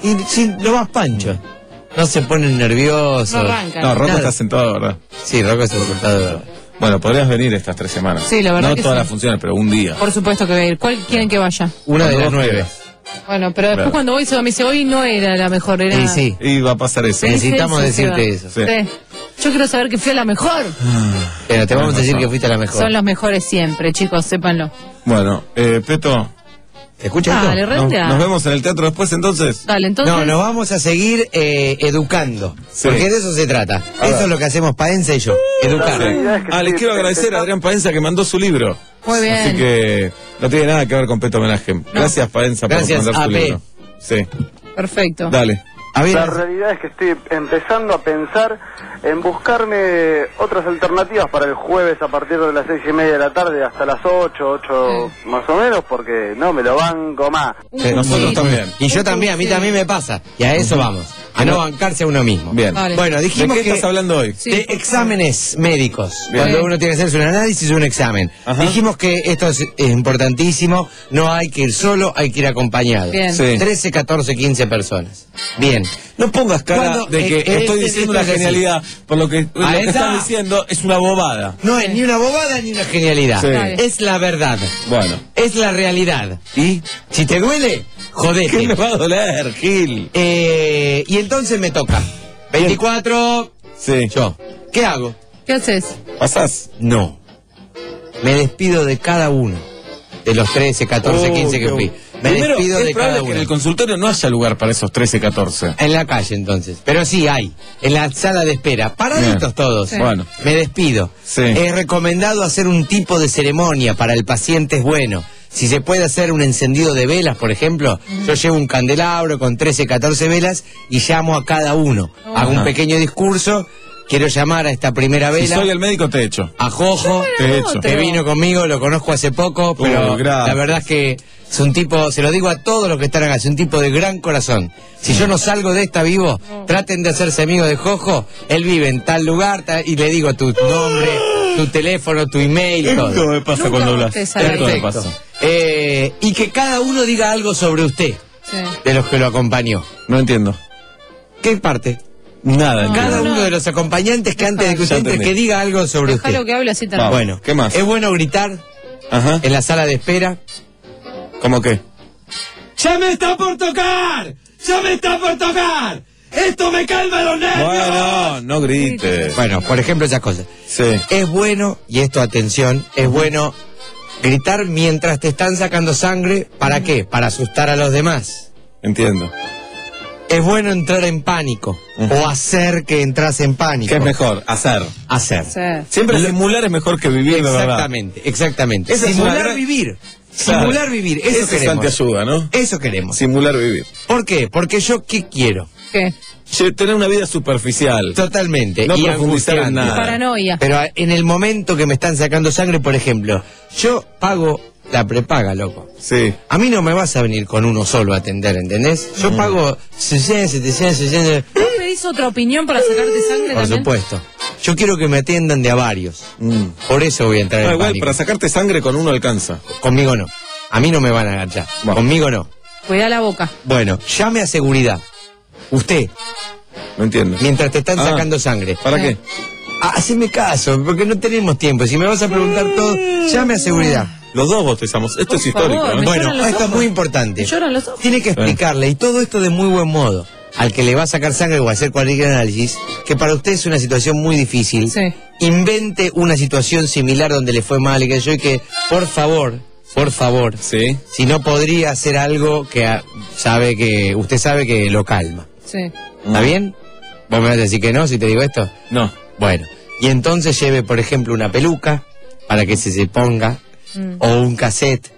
y sin lo más pancho. Mm. No se ponen nerviosos.
No arrancan.
No, Rocco
Nada.
está sentado, de ¿verdad?
Sí, Rocco se sentado.
Bueno, podrías venir estas tres semanas.
Sí, la verdad
No
que
todas
sí.
las funciones, pero un día.
Por supuesto que voy a ir. ¿Cuál quieren que vaya?
Una
Cuando
de las
vos
nueve.
quieras.
Bueno, pero después
Claro.
cuando voy se me dice, hoy no era la mejor, era...
Sí, sí.
Y va a pasar eso.
Dice
Necesitamos
eso,
decirte
Seba.
eso.
Sí.
Sí. Yo quiero saber que fui a la mejor.
Pero te vamos a decir
razón.
que fuiste la mejor.
Son los mejores siempre, chicos, sépanlo.
Bueno, eh, Peto,
¿Te escuchas
Dale,
esto?
nos,
redondea.
nos vemos en el teatro después entonces.
Dale, entonces...
No, nos vamos a seguir eh, educando.
Sí.
Porque de eso se trata.
ver.
Eso es lo que hacemos Paenza y yo. Educar.
Sí. Ah, le quiero agradecer a Adrián Paenza que mandó su libro.
Muy bien.
Así que no tiene nada que ver con Peto Homenaje. Gracias, Paenza,
Gracias,
por mandar su
AP.
libro. Sí,
Perfecto.
dale.
La realidad es que estoy empezando a pensar en buscarme otras alternativas para el jueves a partir de las seis y media de la tarde hasta las ocho, ocho
Mm.
más o menos, porque no me lo banco más.
Uh,
Sí, nosotros también.
Y yo también, a mí también me pasa. Y a eso vamos. A no bancarse a uno mismo.
Bien.
Vale.
Bueno, dijimos
¿De qué
que-
estás hablando hoy?
Sí,
de
por favor.
exámenes médicos.
Bien.
Cuando uno tiene que hacerse un análisis o un examen.
Ajá.
Dijimos que esto es, es importantísimo. No hay que ir solo, hay que ir acompañado.
Bien.
Sí.
13, 14, 15 personas. Bien.
No pongas cara
Cuando-
de que
eh, eh,
estoy
este-
diciendo
esto
una
es así.
genialidad, por lo que lo
Ahí
que
está.
estás diciendo es una bobada.
No es ni una bobada ni una genialidad.
Sí.
Dale.
Es la verdad.
Bueno.
Es la realidad.
¿Y?
Si te duele, jodete.
¿Qué me va a doler, Gil?
Eh, y entonces me toca. 24.
Sí.
Yo. ¿Qué hago?
¿Qué haces?
¿Pasás?
No. Me despido de cada uno. De los 13, 14,
Oh,
15 que
qué
fui.
bu-
Me
Primero,
despido
es
de
probable
cada
que en el
uno.
consultorio no haya lugar para esos 13, 14.
En la calle entonces. Pero sí hay. En la sala de espera. Paraditos
Bien.
todos.
Sí. Bueno.
Me despido.
Sí.
Es recomendado hacer un tipo de ceremonia para el paciente es bueno. Si se puede hacer un encendido de velas, por ejemplo, yo llevo un candelabro con 13, 14 velas y llamo a cada uno. Hago un
Ajá.
pequeño discurso. Quiero llamar a esta primera
Si
vela,
soy el médico, te echo.
a Jojo,
Te echo.
Otro.
que vino conmigo, lo conozco hace poco, pero
Uh, gracias.
la verdad es que es un tipo, se lo digo a todos los que están acá, es un tipo de gran corazón. Si yo no salgo de esta vivo, traten de hacerse amigo de Jojo, él vive en tal lugar ta- y le digo tu nombre, tu teléfono, tu email,
Esto
todo.
me pasa
Nunca
cuando hablas.
antes,
Esto
Ale.
me
Perfecto.
pasa.
Eh, y que cada uno diga algo sobre usted,
Sí.
de los que lo acompañó.
No entiendo.
¿Qué parte?
Nada.
Cada
entiendo.
uno de los acompañantes que antes de que
Ya
usted entre,
entendí.
que diga algo sobre
Dejalo
usted.
que hable así
Ah,
también.
Bueno,
¿Qué más?
Es bueno gritar
Ajá.
en la sala de espera.
¿Cómo qué?
¡Ya me está por tocar! ¡Ya me está por tocar! ¡Esto me calma los
Bueno, no grites.
Bueno, por ejemplo, esas cosas.
Sí.
Es bueno, y esto atención, es bueno gritar mientras te están sacando sangre. ¿Para qué? Para asustar a los demás.
Entiendo.
Es bueno entrar en pánico o hacer que entras en pánico.
¿Qué es mejor? Hacer.
Hacer.
Sí.
Siempre simular es mejor que vivir, de verdad.
Exactamente, exactamente.
Esa es una
Simular
gran-
vivir.
Claro.
Simular vivir, eso
Eso es
queremos.
anteayuda, ¿no?
Eso queremos.
Simular vivir.
¿Por qué? Porque yo qué quiero.
¿Qué?
Che, tener una vida superficial.
Totalmente.
No
y
profundizar en
angustiante.
nada.
Paranoia.
Pero a- en el momento que me están sacando sangre, por ejemplo, yo pago la prepaga, loco.
Sí.
A mí no me vas a venir con uno solo a atender, ¿entendés? Yo
Mm.
pago 600, 700, 600,
¿Vos pedís otra opinión para sacarte sangre
por
también?
supuesto. Yo quiero que me atiendan de a varios.
Mm.
Por eso voy a entrar
No,
en
igual,
pánico.
para sacarte sangre con uno alcanza.
Conmigo no. A mí no me van a agachar.
Bueno.
Conmigo no.
Cuida la boca.
Bueno, llame a seguridad. Usted,
No entiendo.
mientras te están
Ah.
sacando sangre.
¿Para qué?
Ah, Haceme caso, porque no tenemos tiempo. Si me vas a preguntar todo, llame a seguridad.
Los dos bostezamos. Esto
Por
es histórico.
favor,
¿no?
me
Bueno,
lloran los
esto es
ojos.
muy importante.
Me lloran los ojos.
Tiene que explicarle, y todo esto de muy buen modo, al que le va a sacar sangre o a hacer cualquier análisis, que para usted es una situación muy difícil.
Sí.
Invente una situación similar donde le fue mal y que yo, y que, por favor, por favor,
Sí.
si no podría hacer algo que ah, sabe que usted sabe que lo calma.
Sí.
¿Está bien? ¿Vos me vas a decir que no si te digo esto?
No.
Bueno, y entonces lleve, por ejemplo, una peluca para que se se ponga, o un cassette,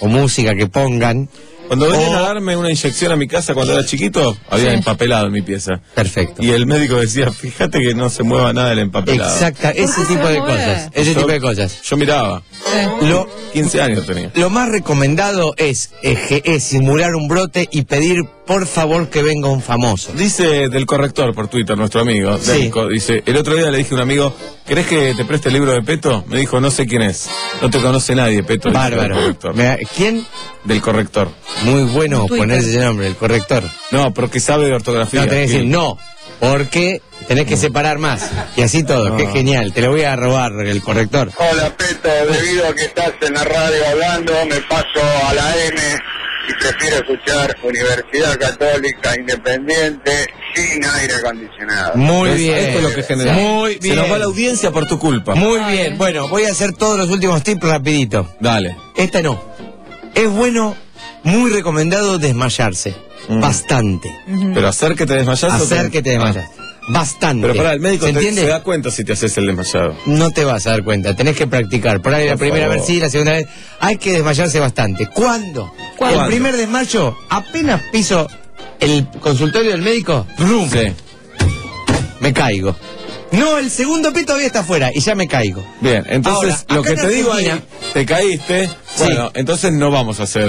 o música que pongan.
Cuando venían
O-
a darme una inyección a mi casa cuando era chiquito, había
Sí.
empapelado en mi pieza.
Perfecto.
Y el médico decía, fíjate que no se mueva nada el empapelado.
Exacta, ese
qué se
tipo de
mueve?
cosas. Ese
Yo-
tipo de cosas.
Yo miraba.
sí.
Lo,
15 años tenía.
lo más recomendado es, es que- es simular un brote y pedir por favor que venga un famoso.
Dice del corrector por Twitter, nuestro amigo.
Sí.
Delco, dice, el otro día le dije a un amigo, ¿querés que te preste el libro de Peto? Me dijo, no sé quién es. No te conoce nadie, Peto. dice del
Bárbaro.
corrector.
Me- ¿Quién?
Del corrector.
Muy bueno
Twitter.
ponerse ese nombre, el corrector.
No, porque sabe de ortografía.
No tenés que
Y-
decir no, porque tenés que separar más. Y así todo, qué genial. Te lo voy a robar el corrector.
Hola Peto, debido a que estás en la radio hablando, me paso a la M y prefiero escuchar Universidad Católica Independiente sin aire acondicionado.
Muy
¿Ves?
bien.
Esto es lo que genera.
Muy bien.
Se nos va la audiencia por tu culpa.
Muy bien. Bueno, voy a hacer todos los últimos tips rapidito.
Dale.
Esta no. Es bueno, muy recomendado desmayarse. Bastante.
Pero hacer que te desmayas.
Hacer que te desmayas. Bastante.
Ah. Pero pará, el médico
¿Se
te,
entiende?
se da cuenta si te haces el desmayado.
No te vas a dar cuenta, tenés que practicar. Por ahí la
Por
primera
favor.
vez sí, la segunda vez. Hay que desmayarse bastante. ¿Cuándo?
¿Cuándo?
El primer desmayo, apenas piso el consultorio del médico, ¡brum!
Sí.
me caigo. No, el segundo pie todavía está afuera y ya me caigo.
Bien, entonces
Ahora,
lo
acá
que
en
te digo ahí,
Argentina-
te caíste. Bueno, entonces no vamos a hacer.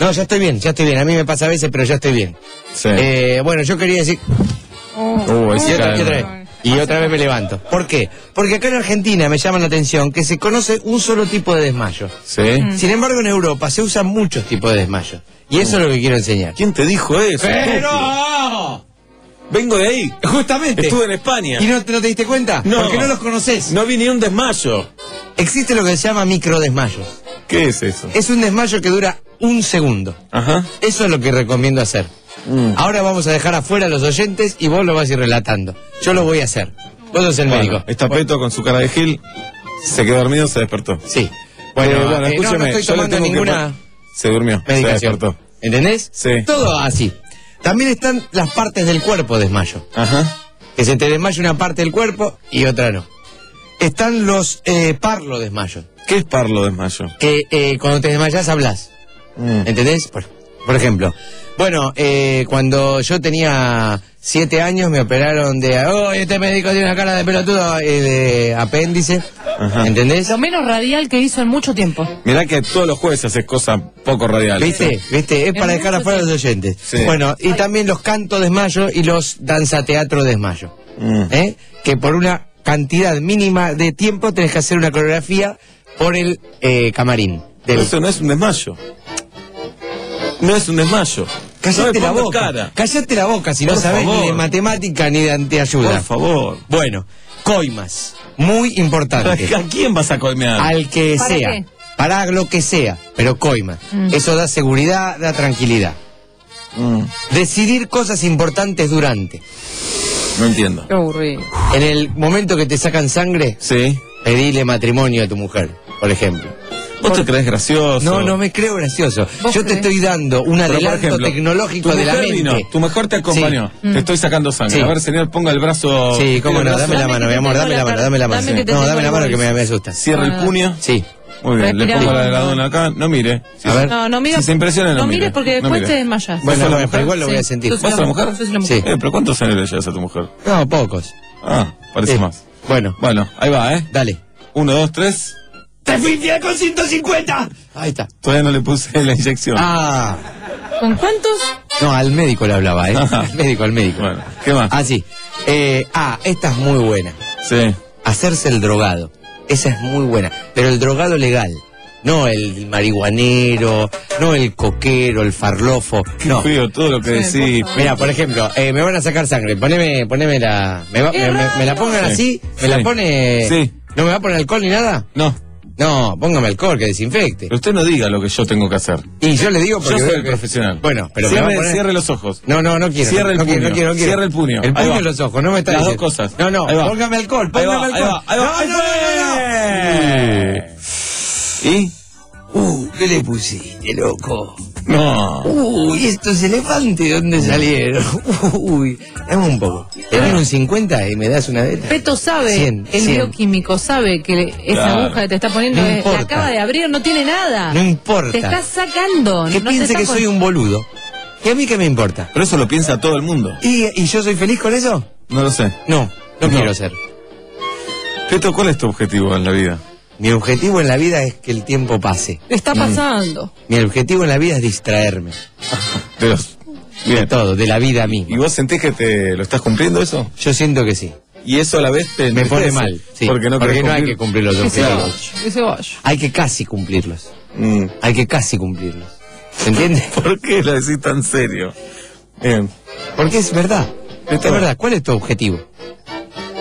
No, ya estoy bien, ya estoy bien. A mí me pasa a veces, pero ya estoy bien.
Sí.
Eh, bueno, yo quería decir...
Uh,
Y
ese
Oh, otra,
cae-
y otra vez. Y otra vez me levanto. ¿Por qué? Porque acá en Argentina me llama la atención que se conoce un solo tipo de desmayo.
Sí.
Sin embargo, en Europa se usan muchos tipos de desmayos. Y eso es lo que quiero enseñar.
¿Quién te dijo eso? Tuti? Vengo de ahí.
Justamente.
Estuve en España.
¿Y no, te- no te diste cuenta?
No.
Porque no los conoces.
No vi ni un desmayo.
Existe lo que se llama microdesmayo.
¿Qué es eso?
Es un desmayo que dura un segundo.
Ajá.
Eso es lo que recomiendo hacer.
Mm.
Ahora vamos a dejar afuera a los oyentes y vos lo vas a ir relatando. Yo lo voy a hacer. Vos sos el
Bueno,
médico.
está Peto con su cara de Gil. Se quedó dormido, se despertó.
Sí. Bueno,
Eh,
eh, no,
escúcheme,
no, estoy
yo le
tomando
tengo que-
ninguna...
Se durmió, se
medicación.
despertó.
¿Entendés?
Sí.
Todo así. También están las partes del cuerpo desmayo.
Ajá.
Que se te desmaya una parte del cuerpo y otra no. Están los eh, parlo desmayos.
¿Qué es parlo desmayo?
Que eh, cuando te desmayas hablas.
Mm.
¿Entendés? Por, por ejemplo. Bueno, eh, cuando yo tenía siete años me operaron de... ¡Oh, este médico tiene una cara de pelotudo! eh, de apéndice.
Ajá.
¿Entendés?
Lo menos radial que hizo en mucho tiempo.
Mirá que todos los jueves haces cosas poco radiales.
¿Viste? ¿Viste? Es para
En
dejar
mucho
afuera a los oyentes.
Sí.
Bueno, y también los cantos desmayo y los danzateatro desmayo.
Mm.
¿Eh? Que por una cantidad mínima de tiempo tenés que hacer una coreografía por el eh, camarín.
Pero
Del-
Eso no es un desmayo. No es un desmayo. no
Cállate
me
la
pongas
boca.
cara.
Cállate la boca si no
Por
sabés ni
favor.
de matemática ni de
Por
anteayuda.
favor.
Bueno, coimas. Muy importante.
¿A quién vas a colmear?
al que
¿Para
sea.
qué? Mm.
Para lo que sea, pero coima. Eso da seguridad, da tranquilidad.
Mm,
Decidir cosas importantes durante.
No entiendo.
Qué aburrido.
En el momento que te sacan sangre,
Sí.
pedile matrimonio a tu mujer, por ejemplo.
¿Vos te crees gracioso?
No, no me creo gracioso.
¿Vos
Yo te
crees?
estoy dando un
Pero, por
adelanto
ejemplo,
tecnológico
tu
de la
mujer
mente.
vino, tu mejor te acompañó.
Sí. Mm.
Te estoy sacando sangre.
Sí.
A ver, señor, ponga el brazo.
Sí, cómo
el
no,
brazo,
dame la
Dame
mano,
que
mi
te
amor,
tengo
dame
la
la mano,
per-
dame la mano.
dame que te
No,
tengo
dame la
el
mano que me,
bolso.
me asusta.
Cierra el puño.
Sí.
Muy bien, le
Ah. Respira
pongo la de la
hondo.
dona acá. No mire. Si
A ver.
No, no mires.
Si se impresiona, no, mire.
mires porque
No
después
mire.
te desmayas.
¿Vos sos
Bueno,
la
bueno,
mujer?
pero igual lo voy a sentir.
Tú sos
¿Vos sos la mujer?
Yo soy la
Eh,
mujer.
pero ¿cuántos años le llevas a tu mujer?
No, pocos.
Ah, parece
Sí.
más.
Bueno,
Bueno, ahí va, ¿eh?
dale.
Uno, dos, tres.
¡Te fuiste con 150! Ahí está.
Todavía no le puse la inyección.
Ah.
¿Con cuántos?
No, al médico le hablaba, ¿eh? al médico, al médico.
Bueno, ¿qué más?
Ah, sí. Eh, ah, esta es muy buena.
Sí.
Hacerse el drogado. Esa es muy buena. Pero el drogado legal. no el marihuanero, no el coquero, el farlofo. No.
Cuido todo lo que
Sí,
decís.
por favor.
Mira, por ejemplo, eh, me van a sacar sangre. Poneme, poneme la. Me, va- me- me- me la pongan
Sí.
así, me
Sí.
la pone.
Sí.
¿No me va a poner alcohol ni nada?
No,
No, póngame alcohol que desinfecte.
pero usted no diga lo que yo tengo que hacer.
Y yo le digo
Yo
porque.
soy
veo
el
que-
profesional.
Bueno, pero me va
cierre,
a poner-
cierre los ojos.
No, no, no quiero.
Cierra el
no quiero,
puño.
no quiero, no quiero.
Cierra el puño.
El
Ahí
puño
va.
y los ojos, no me está
Las dos
diciendo.
cosas.
No, no,
Ahí va.
póngame alcohol,
Ahí
póngame
va, ahí
alcohol.
va, ahí va.
No, no, no, no, no.
Eh. ¿Y?
Uh, ¿qué le pusiste, loco?
No.
Uy, estos elefantes, ¿dónde salieron? Uy, dame un poco. Te dan un 50 y me das una de
Peto sabe,
Cien,
el
cien.
bioquímico sabe que le- esa
Claro.
aguja que te está poniendo,
No
es- la
importa.
acaba de abrir, no tiene nada.
No importa.
Te estás sacando.
Que
no
piense
te
que
está
soy un boludo. ¿Y a mí qué me importa?
Pero eso lo piensa todo el mundo.
¿Y, y yo soy feliz con eso?
No lo sé.
No, no,
No.
quiero ser.
Peto, ¿cuál es tu objetivo en la vida?
Mi objetivo en la vida es que el tiempo pase.
Está pasando.
Mi objetivo en la vida es distraerme.
De los-
De
Bien.
todo, de la vida
¿Y
misma.
vos sentís que te lo estás cumpliendo eso?
Yo siento que sí.
Y eso a la vez te
Me pone
entristece,
mal. sí,
Porque no, querés
hay
cumplir-
que cumplir los
Que se vaya,
objetivos.
que se vaya.
Hay que casi cumplirlos.
Mm.
Hay que casi cumplirlos. ¿Se entiende?
¿Por qué lo decís tan serio? Bien.
Porque es verdad. Es
Está bien.
verdad. ¿Cuál es tu objetivo?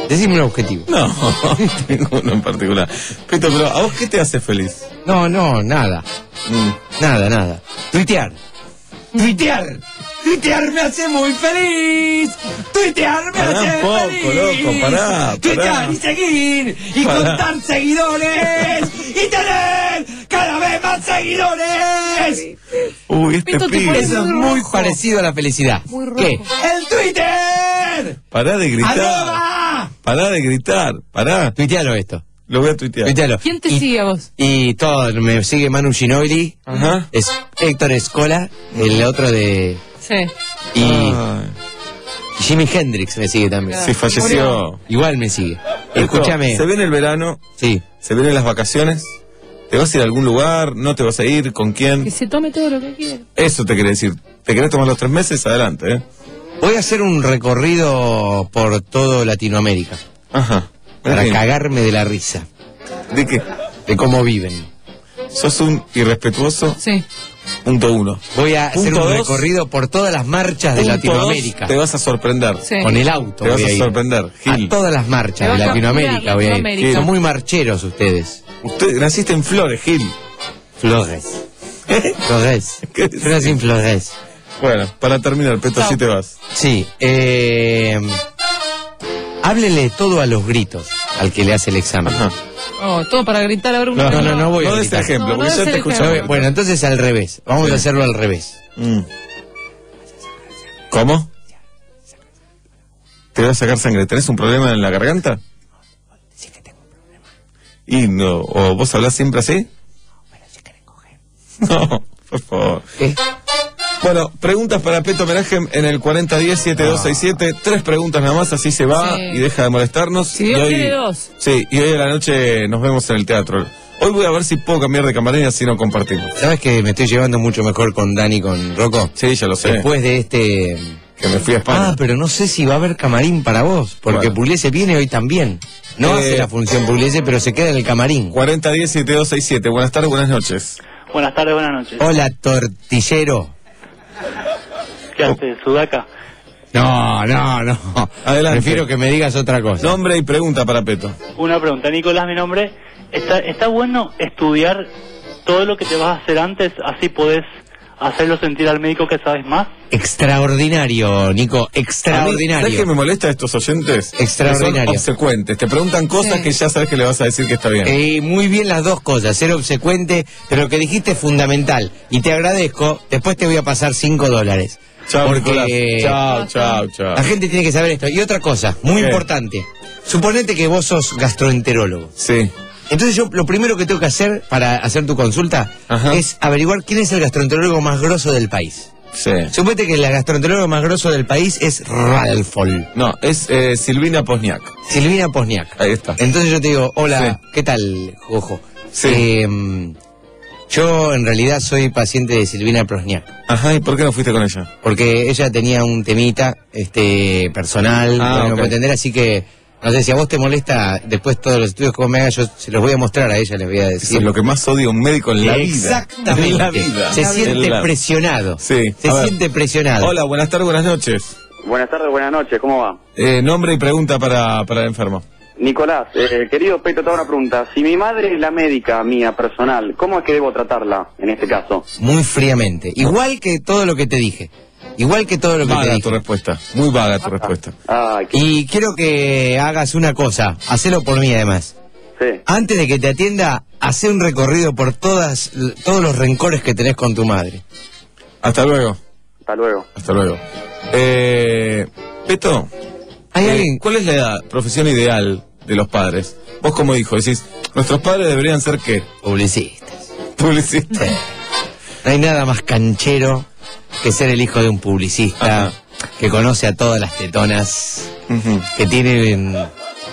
Decime un objetivo.
No, ninguno en particular. Peto, pero ¿a vos qué te hace feliz?
No, no, nada.
Mm.
Nada, nada. Tuitear. Tuitear. Tuitear me hace muy feliz. Tuitear me
Pará
hace
un poco,
feliz.
loco, pará, pará.
Tuitear y seguir. Y
Pará.
contar seguidores. y tener cada vez más seguidores.
Uy, este
Peto, te
pibe.
pones-
Eso es muy
rojo.
parecido a la felicidad.
Muy rojo.
¿Qué? El Twitter.
Pará de gritar.
¡Arroba!
Pará de gritar. Pará.
Tuitealo esto.
Lo voy a tuitear.
Tuitealo.
¿Quién te
Y-
sigue a vos?
Y todo, me sigue Manu Ginobili,
Ajá.
es Héctor Escola, el otro de...
Sí.
Y
Ay,
Jimi Hendrix me sigue también.
sí, falleció.
Igual me sigue.
Peto,
Escúchame.
Se viene el verano,
Sí.
se vienen las vacaciones. ¿Te vas a ir a algún lugar? ¿No te vas a ir? ¿Con
Que
quién?
se tome todo lo que quiera.
Eso te quería decir. ¿Te querés tomar los tres meses? Adelante, ¿eh?
Voy a hacer un recorrido por todo Latinoamérica
Ajá.
para
Bien.
cagarme de la risa,
¿De qué?
de cómo viven.
Sos un irrespetuoso,
Sí.
punto uno.
Voy a hacer
Punto
un
dos.
recorrido por todas las marchas de
Punto
Latinoamérica.
dos, te vas a sorprender.
Sí.
Con el auto.
Te vas
voy
a
ir.
sorprender, Gil.
A todas las marchas
Te
de
vas a
Latinoamérica
curar,
voy a ir.
Latinoamérica.
Son muy marcheros ustedes.
Usted naciste en Flores, Gil.
Flores. Flores.
¿Qué
Yo nací en Flores.
Bueno, para terminar, Peto,
Chau.
así te vas.
Sí. Eh, háblele todo a los gritos al que le hace el examen.
Ajá.
Oh, todo para gritar ahora un
no, no, no voy a
No des
gritar.
ejemplo,
No, no
porque
des
ya
el
te
ejemplo.
escuchamos.
Bueno, entonces al revés. Vamos a hacerlo al revés.
Mm. ¿Cómo? ¿Te va a sacar sangre? ¿Tenés un problema en la garganta? Sí que tengo un problema. ¿Y no, o vos hablás siempre así? No, por favor.
¿Qué?
Bueno, preguntas para Peto Homenaje en el 4010-7267. Tres preguntas nada más, así se va
Sí.
y deja de molestarnos.
Si
Y
Dios
hoy-
quiere dos.
Sí, y hoy a la noche nos vemos en el teatro. Hoy voy a ver si puedo cambiar de camarera si no compartimos.
¿Sabes que me estoy llevando mucho mejor con Dani, con Rocco?
Sí, ya lo sé.
Después de este...
que me fui a España.
Ah, pero no sé si va a haber camarín para vos, porque
Bueno.
Pugliese viene hoy también. No
Eh,
hace la función Pugliese, pero se queda en el camarín.
4010-7267. Buenas tardes, buenas noches.
Buenas tardes, buenas noches.
Hola, tortillero.
¿Qué haces, Sudaca?
No, no, no.
Adelante.
Prefiero que me digas otra cosa.
Nombre y pregunta para Peto.
Una pregunta, Nicolás, mi nombre. ¿Está, ¿Está bueno estudiar todo lo que te vas a hacer antes, así podés hacerlo sentir al médico que sabes más?
Extraordinario, Nico.
A mí, ¿Sabes
Extraordinario.
que me molesta a estos oyentes?
Extraordinario.
Que son obsecuentes. Te preguntan cosas
Sí.
que ya sabes que le vas a decir que está bien.
Eh, muy bien las dos cosas, ser obsecuente, pero lo que dijiste es fundamental. Y te agradezco, después te voy a pasar 5 dólares.
chao, Nicolás.
porque
Chao, chao, chao.
la gente tiene que saber esto. Y otra cosa, muy
¿Qué?
importante. Suponete que vos sos gastroenterólogo.
Sí.
Entonces yo lo primero que tengo que hacer para hacer tu consulta
Ajá.
es averiguar quién es el gastroenterólogo más grosso del país.
Sí.
Suponete que el gastroenterólogo más grosso del país es Ralfol,
No, es eh, Silvina Posniak.
Silvina Posniak.
Ahí está.
Entonces yo te digo, hola,
Sí.
¿qué tal, Jojo?
Sí.
Em, yo en realidad soy paciente de Silvina Prosniak,
Ajá, ¿y por qué no fuiste con ella?
porque ella tenía un temita este personal,
Ah,
no
ok.
me puedo entender, así que No sé, si a vos te molesta después todos los estudios que vos me hagas, yo se los voy a mostrar a ella, les voy a decir.
Eso es lo que más odia un médico en la
Exactamente.
vida. En la vida.
Se
En
siente
la-
presionado.
Sí.
Se
A ver.
siente presionado.
Hola, buenas tardes, buenas noches.
Buenas tardes, buenas noches, ¿cómo va?
Eh, nombre y pregunta para, para el enfermo.
Nicolás, eh, querido Peto, te hago una pregunta. Si mi madre es la médica mía personal, ¿cómo es que debo tratarla en este caso?
Muy fríamente. Igual que todo lo que te dije. Igual que todo lo que te
Vaga
dije.
tu respuesta, muy vaga tu respuesta.
Ah,
Y quiero que hagas una cosa, hacelo por mí además. Antes de que te atienda, hace un recorrido por todas todos los rencores que tenés con tu madre.
Hasta luego.
Hasta luego.
Hasta luego. Eh, Peto, eh, ¿cuál es la edad, profesión ideal de los padres? Vos como hijo decís, nuestros padres deberían ser qué?
Publicistas.
Publicistas.
No hay nada más canchero que ser el hijo de un publicista que conoce a todas las tetonas, que tienen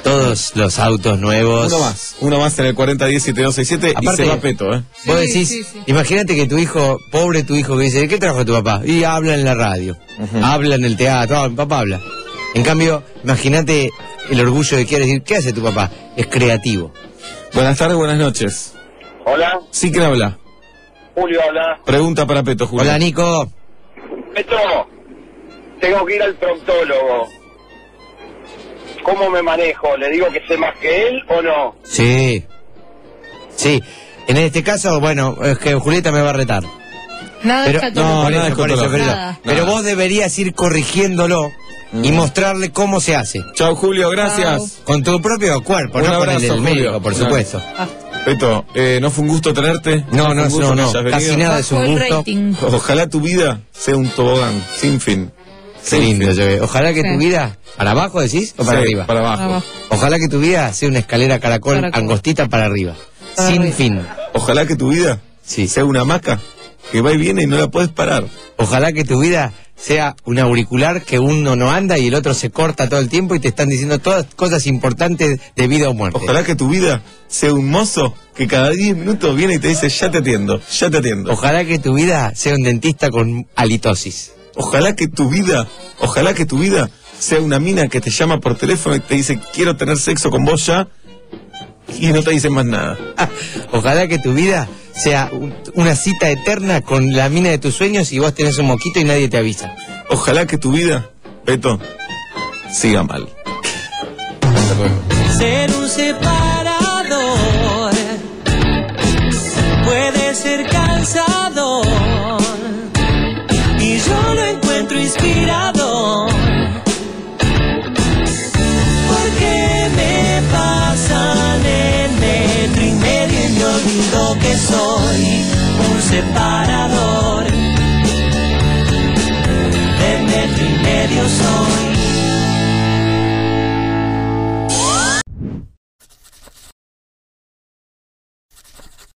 todos los autos nuevos.
Uno más, uno más en el 4010-7267 y
Aparte-
se va Peto, ¿eh?
Vos decís, imagínate que tu hijo, pobre tu hijo que dice, ¿de qué trabaja tu papá? Y habla en la radio, habla en el teatro, ah, mi papá habla. En cambio, imagínate el orgullo de quiere decir, ¿qué hace tu papá? Es creativo.
Buenas tardes, buenas noches.
Hola,
Sí, ¿quién habla?
Julio habla.
Pregunta para Peto, Julio.
Hola, Nico.
Esto, tengo que ir al proctólogo. ¿Cómo me manejo? ¿Le digo que sé más que él o no?
Sí. Sí. En este caso, bueno, es que Julieta me va a retar.
Nada
Pero,
es católico.
no, por eso, por eso, por eso.
Nada.
Pero vos deberías ir corrigiéndolo y
Mm.
mostrarle cómo se hace.
Chao, Julio, gracias.
Con tu propio cuerpo,
Un
no con el
abrazo,
del
Julio.
médico, por
Un
supuesto.
Peto, eh, ¿no fue un gusto tenerte?
No, no,
fue un gusto
no,
que
no.
hayas
Casi
venido?
nada es un Bajó el gusto. rating.
Ojalá tu vida sea un tobogán, sin fin.
Qué lindo, yo veo. Ojalá que
Sí.
tu vida. ¿Para abajo decís o para
Sí,
arriba?
para abajo. Para abajo.
Ojalá que tu vida sea una escalera caracol, angostita para arriba. sin fin.
Ojalá que tu vida sea una hamaca que va y viene y no la puedes parar.
Ojalá que tu vida sea un auricular que uno no anda y el otro se corta todo el tiempo y te están diciendo todas cosas importantes de vida o muerte.
Ojalá que tu vida sea un mozo que cada 10 minutos viene y te dice, ya te atiendo, ya te atiendo.
Ojalá que tu vida sea un dentista con halitosis.
Ojalá que tu vida, ojalá que tu vida sea una mina que te llama por teléfono y te dice, quiero tener sexo con vos ya, y no te dicen más nada.
Ojalá que tu vida sea un- una cita eterna con la mina de tus sueños y vos tenés un moquito y nadie te avisa.
Ojalá que tu vida, Beto, siga mal. Hasta luego.
ser un separador puede ser cansador y yo lo encuentro inspirador porque me pasan en metro y medio y me olvido que soy un separador de metro y medio soy